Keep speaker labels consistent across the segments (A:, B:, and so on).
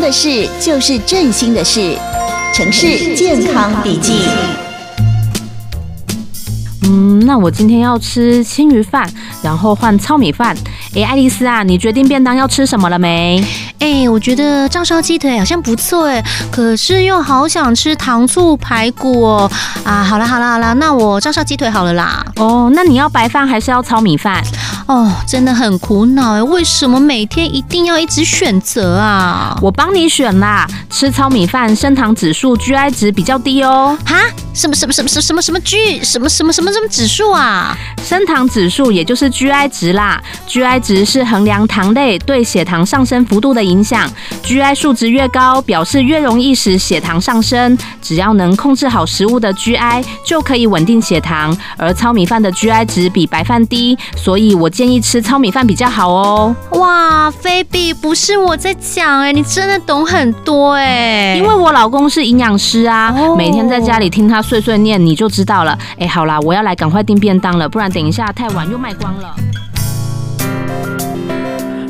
A: 的事就是振兴的事，城市健康笔记。
B: 嗯，那我今天要吃青鱼饭，然后换糙米饭。诶，爱丽丝啊，你决定便当要吃什么了没？
C: 哎、我觉得照烧鸡腿好像不错哎，可是又好想吃糖醋排骨哦。啊，好啦好啦好啦，那我照烧鸡腿好了啦。
B: 哦，那你要白饭还是要糙米饭？
C: 哦，真的很苦恼哎，为什么每天一定要一直选择啊？
B: 我帮你选啦，吃糙米饭升糖指数 GI 值比较低哦，
C: 哈，什么什么什么什么什么什么剧，什么什么什么什么指数啊？
B: 升糖指数也就是 GI 值啦。GI 值是衡量糖类对血糖上升幅度的影响，GI 数值越高，表示越容易使血糖上升。只要能控制好食物的 GI，就可以稳定血糖。而糙米饭的 GI 值比白饭低，所以我建议吃糙米饭比较好哦。
C: 哇，菲比不是我在讲哎，你真的懂很多哎。
B: 因为我老公是营养师啊，
C: 哦
B: 每天在家里听他碎碎念，你就知道了。哎，好啦，我要来赶快订便当了，不然等一下太晚又卖光了。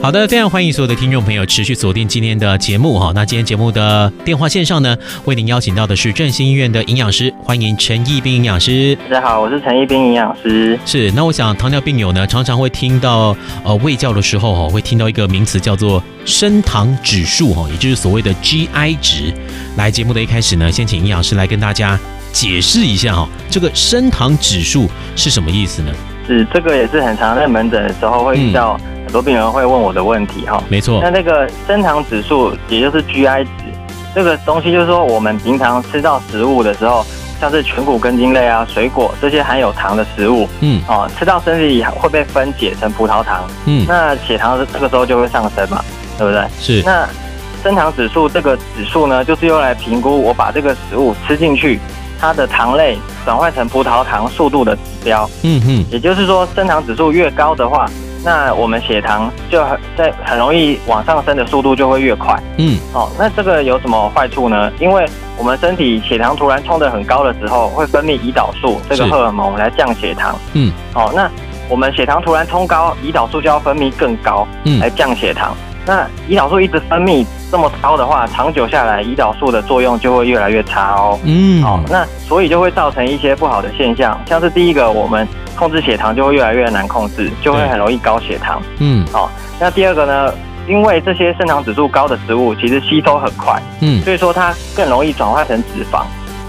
D: 好的，非常欢迎所有的听众朋友持续锁定今天的节目哈。那今天节目的电话线上呢，为您邀请到的是振兴医院的营养师，欢迎陈义斌营养师。
E: 大家好，我是陈一斌营养师。
D: 是，那我想糖尿病友呢，常常会听到呃喂教的时候哈、哦，会听到一个名词叫做升糖指数哈、哦，也就是所谓的 GI 值。来节目的一开始呢，先请营养师来跟大家解释一下哈、哦，这个升糖指数是什么意思呢？
E: 是这个也是很常在门诊的时候
D: 嗯
E: 会遇到很多病人会问我的问题哈、
D: 没错
E: 那，那个升糖指数，也就是 GI 值，这个东西就是说我们平常吃到食物的时候，像是全谷根茎类啊、水果这些含有糖的食物
D: 嗯
E: 哦，吃到身体里会被分解成葡萄糖，
D: 嗯，
E: 那血糖这个时候就会上升嘛，对不对？
D: 是，
E: 那升糖指数这个指数呢，就是用来评估我把这个食物吃进去，它的糖类转换成葡萄糖速度的指标。
D: 嗯哼，
E: 也就是说，升糖指数越高的话，那我们血糖就很在很容易往上升的速度就会越快。
D: 嗯
E: 哦，那这个有什么坏处呢？因为我们身体血糖突然冲得很高的时候，会分泌胰岛素这个
D: 是
E: 荷尔蒙来降血糖。
D: 嗯，
E: 哦，那我们血糖突然冲高，胰岛素就要分泌更高，
D: 嗯
E: 来降血糖。那胰岛素一直分泌这么高的话，长久下来，胰岛素的作用就会越来越差哦。
D: 嗯，
E: 哦，那所以就会造成一些不好的现象，像是第一个，我们控制血糖就会越来越难控制，就会
D: 对
E: 很容易高血糖。
D: 嗯
E: 那第二个呢，因为这些升糖指数高的食物其实吸收很快，
D: 嗯，
E: 所以说它更容易转化成脂肪，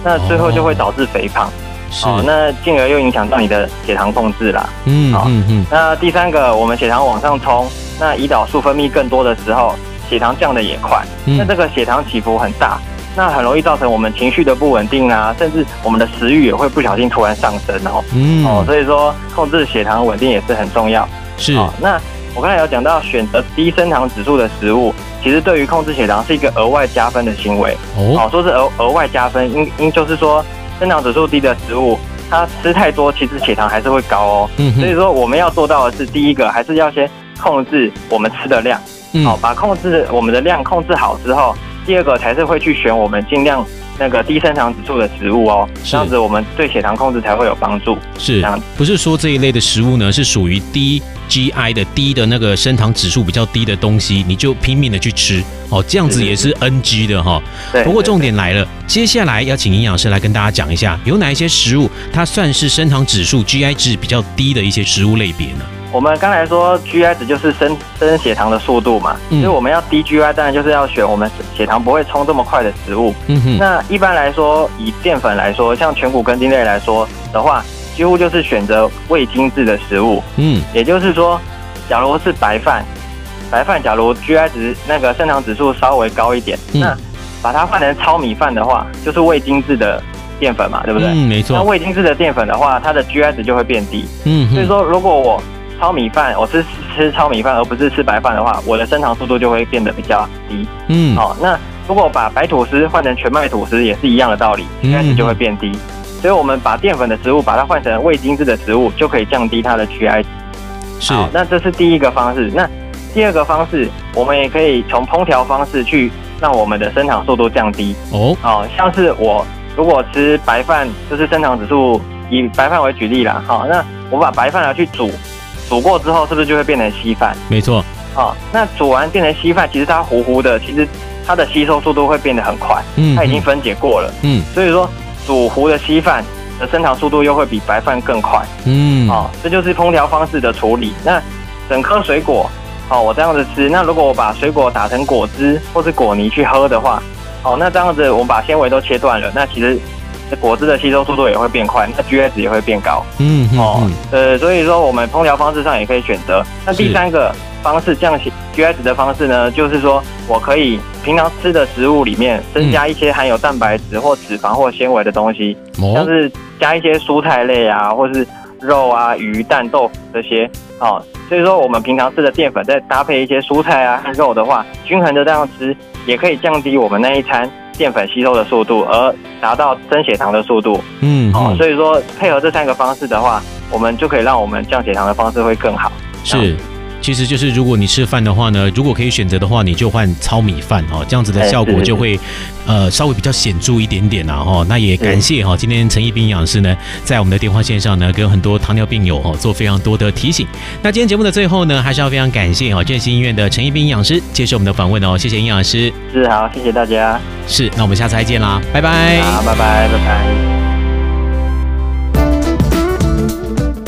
E: 那最后就会导致肥胖，
D: 是，
E: 哦，那哦进而又影响到你的血糖控制啦。
D: 嗯
E: 好
D: 嗯嗯，
E: 那第三个，我们血糖往上冲，那胰岛素分泌更多的时候，血糖降的也快，
D: 嗯
E: 那这个血糖起伏很大，那很容易造成我们情绪的不稳定啊，甚至我们的食欲也会不小心突然上升哦。
D: 嗯，
E: 哦，所以说控制血糖稳定也是很重要。
D: 是，
E: 哦，那我刚才有讲到选择低升糖指数的食物，其实对于控制血糖是一个额外加分的行为。
D: 哦，
E: 哦，说是额额外加分，因因就是说升糖指数低的食物，它吃太多，其实血糖还是会高哦。
D: 嗯
E: 所以
D: 哼，
E: 说我们要做到的是，第一个还是要先控制我们吃的量，
D: 嗯
E: 好，把控制我们的量控制好之后，第二个才是会去选我们尽量那个低升糖指数的食物哦，
D: 是
E: 这样子我们对血糖控制才会有帮助。
D: 是
E: 这样，
D: 不是说这一类的食物呢是属于低 GI 的低的那个升糖指数比较低的东西，你就拼命的去吃哦，这样子
E: 是
D: 也是 NG 的哈、
E: 对，
D: 不过重点来了，接下来要请营养师来跟大家讲一下，有哪一些食物它算是升糖指数 GI 值比较低的一些食物类别呢？
E: 我们刚才说 GI 值就是升升血糖的速度嘛，
D: 嗯
E: 所以我们要低 GI，当然就是要选我们血糖不会冲这么快的食物。
D: 嗯哼，
E: 那一般来说，以淀粉来说，像全谷根茎类来说的话，几乎就是选择未精制的食物。
D: 嗯
E: 也就是说，假如是白饭，白饭假如 GI 值那个升糖指数稍微高一点，
D: 嗯
E: 那把它换成糙米饭的话，就是未精制的淀粉嘛，对不对？
D: 嗯，没
E: 那
D: 错，
E: 未精制的淀粉的话，它的 GI 值就会变低。
D: 嗯
E: 所以
D: 哼，
E: 说，如果我糙米饭，我吃吃糙米饭而不是吃白饭的话，我的升糖速度就会变得比较低。
D: 嗯
E: 哦，那如果把白吐司换成全麦吐司，也是一样的道理
D: 嗯
E: ，GI 值就会变低。所以我们把淀粉的食物把它换成未精制的食物，就可以降低它的 GI 值。
D: 是，
E: 好，那这是第一个方式。那第二个方式，我们也可以从烹调方式去让我们的升糖速度降低。
D: 哦，
E: 哦，像是我如果吃白饭，就是升糖指数，以白饭为举例啦。好、那我把白饭拿去煮，煮过之后是不是就会变成稀饭？
D: 没错，
E: 哦，那煮完变成稀饭，其实它糊糊的，其实它的吸收速度会变得很快，
D: 嗯
E: 它已经分解过了，
D: 嗯
E: 所以说煮糊的稀饭的升糖速度又会比白饭更快。
D: 嗯
E: 哦，这就是烹调方式的处理。那整颗水果，哦，我这样子吃。那如果我把水果打成果汁或是果泥去喝的话，哦，那这样子我们把纤维都切断了，那其实果汁的吸收速度也会变快，那 GI 值也会变高。
D: 嗯嗯
E: 哦
D: 嗯，
E: 呃，所以说我们烹调方式上也可以选择。那
D: 是
E: 第三个方式降血 GI 值的方式呢，就是说我可以平常吃的食物里面
D: 嗯
E: 增加一些含有蛋白质或脂肪或纤维的东西，像
D: 哦，
E: 是加一些蔬菜类啊，或是肉啊、鱼、蛋、豆腐这些哦。所以说，我们平常吃的淀粉，再搭配一些蔬菜啊和肉的话，均衡的这样吃，也可以降低我们那一餐淀粉吸收的速度，而达到升血糖的速度
D: 嗯
E: 哦。
D: 嗯
E: 所以说，配合这三个方式的话，我们就可以让我们降血糖的方式会更好。
D: 是。其实就是，如果你吃饭的话呢，如果可以选择的话，你就换糙米饭哦，这样子的
E: 哎
D: 效
E: 是
D: 果
E: 是
D: 就会，呃，稍微比较显著一点点啦、啊、哦。那也感谢哈、今天陈一斌营养师呢，在我们的电话线上呢，跟很多糖尿病友哦做非常多的提醒。那今天节目的最后呢，还是要非常感谢哦，振兴医院的陈一斌营养师接受我们的访问哦，谢谢营养师。
E: 是好，谢谢大家，
D: 是，那我们下次再见啦，拜拜。
E: 好，拜拜，拜拜。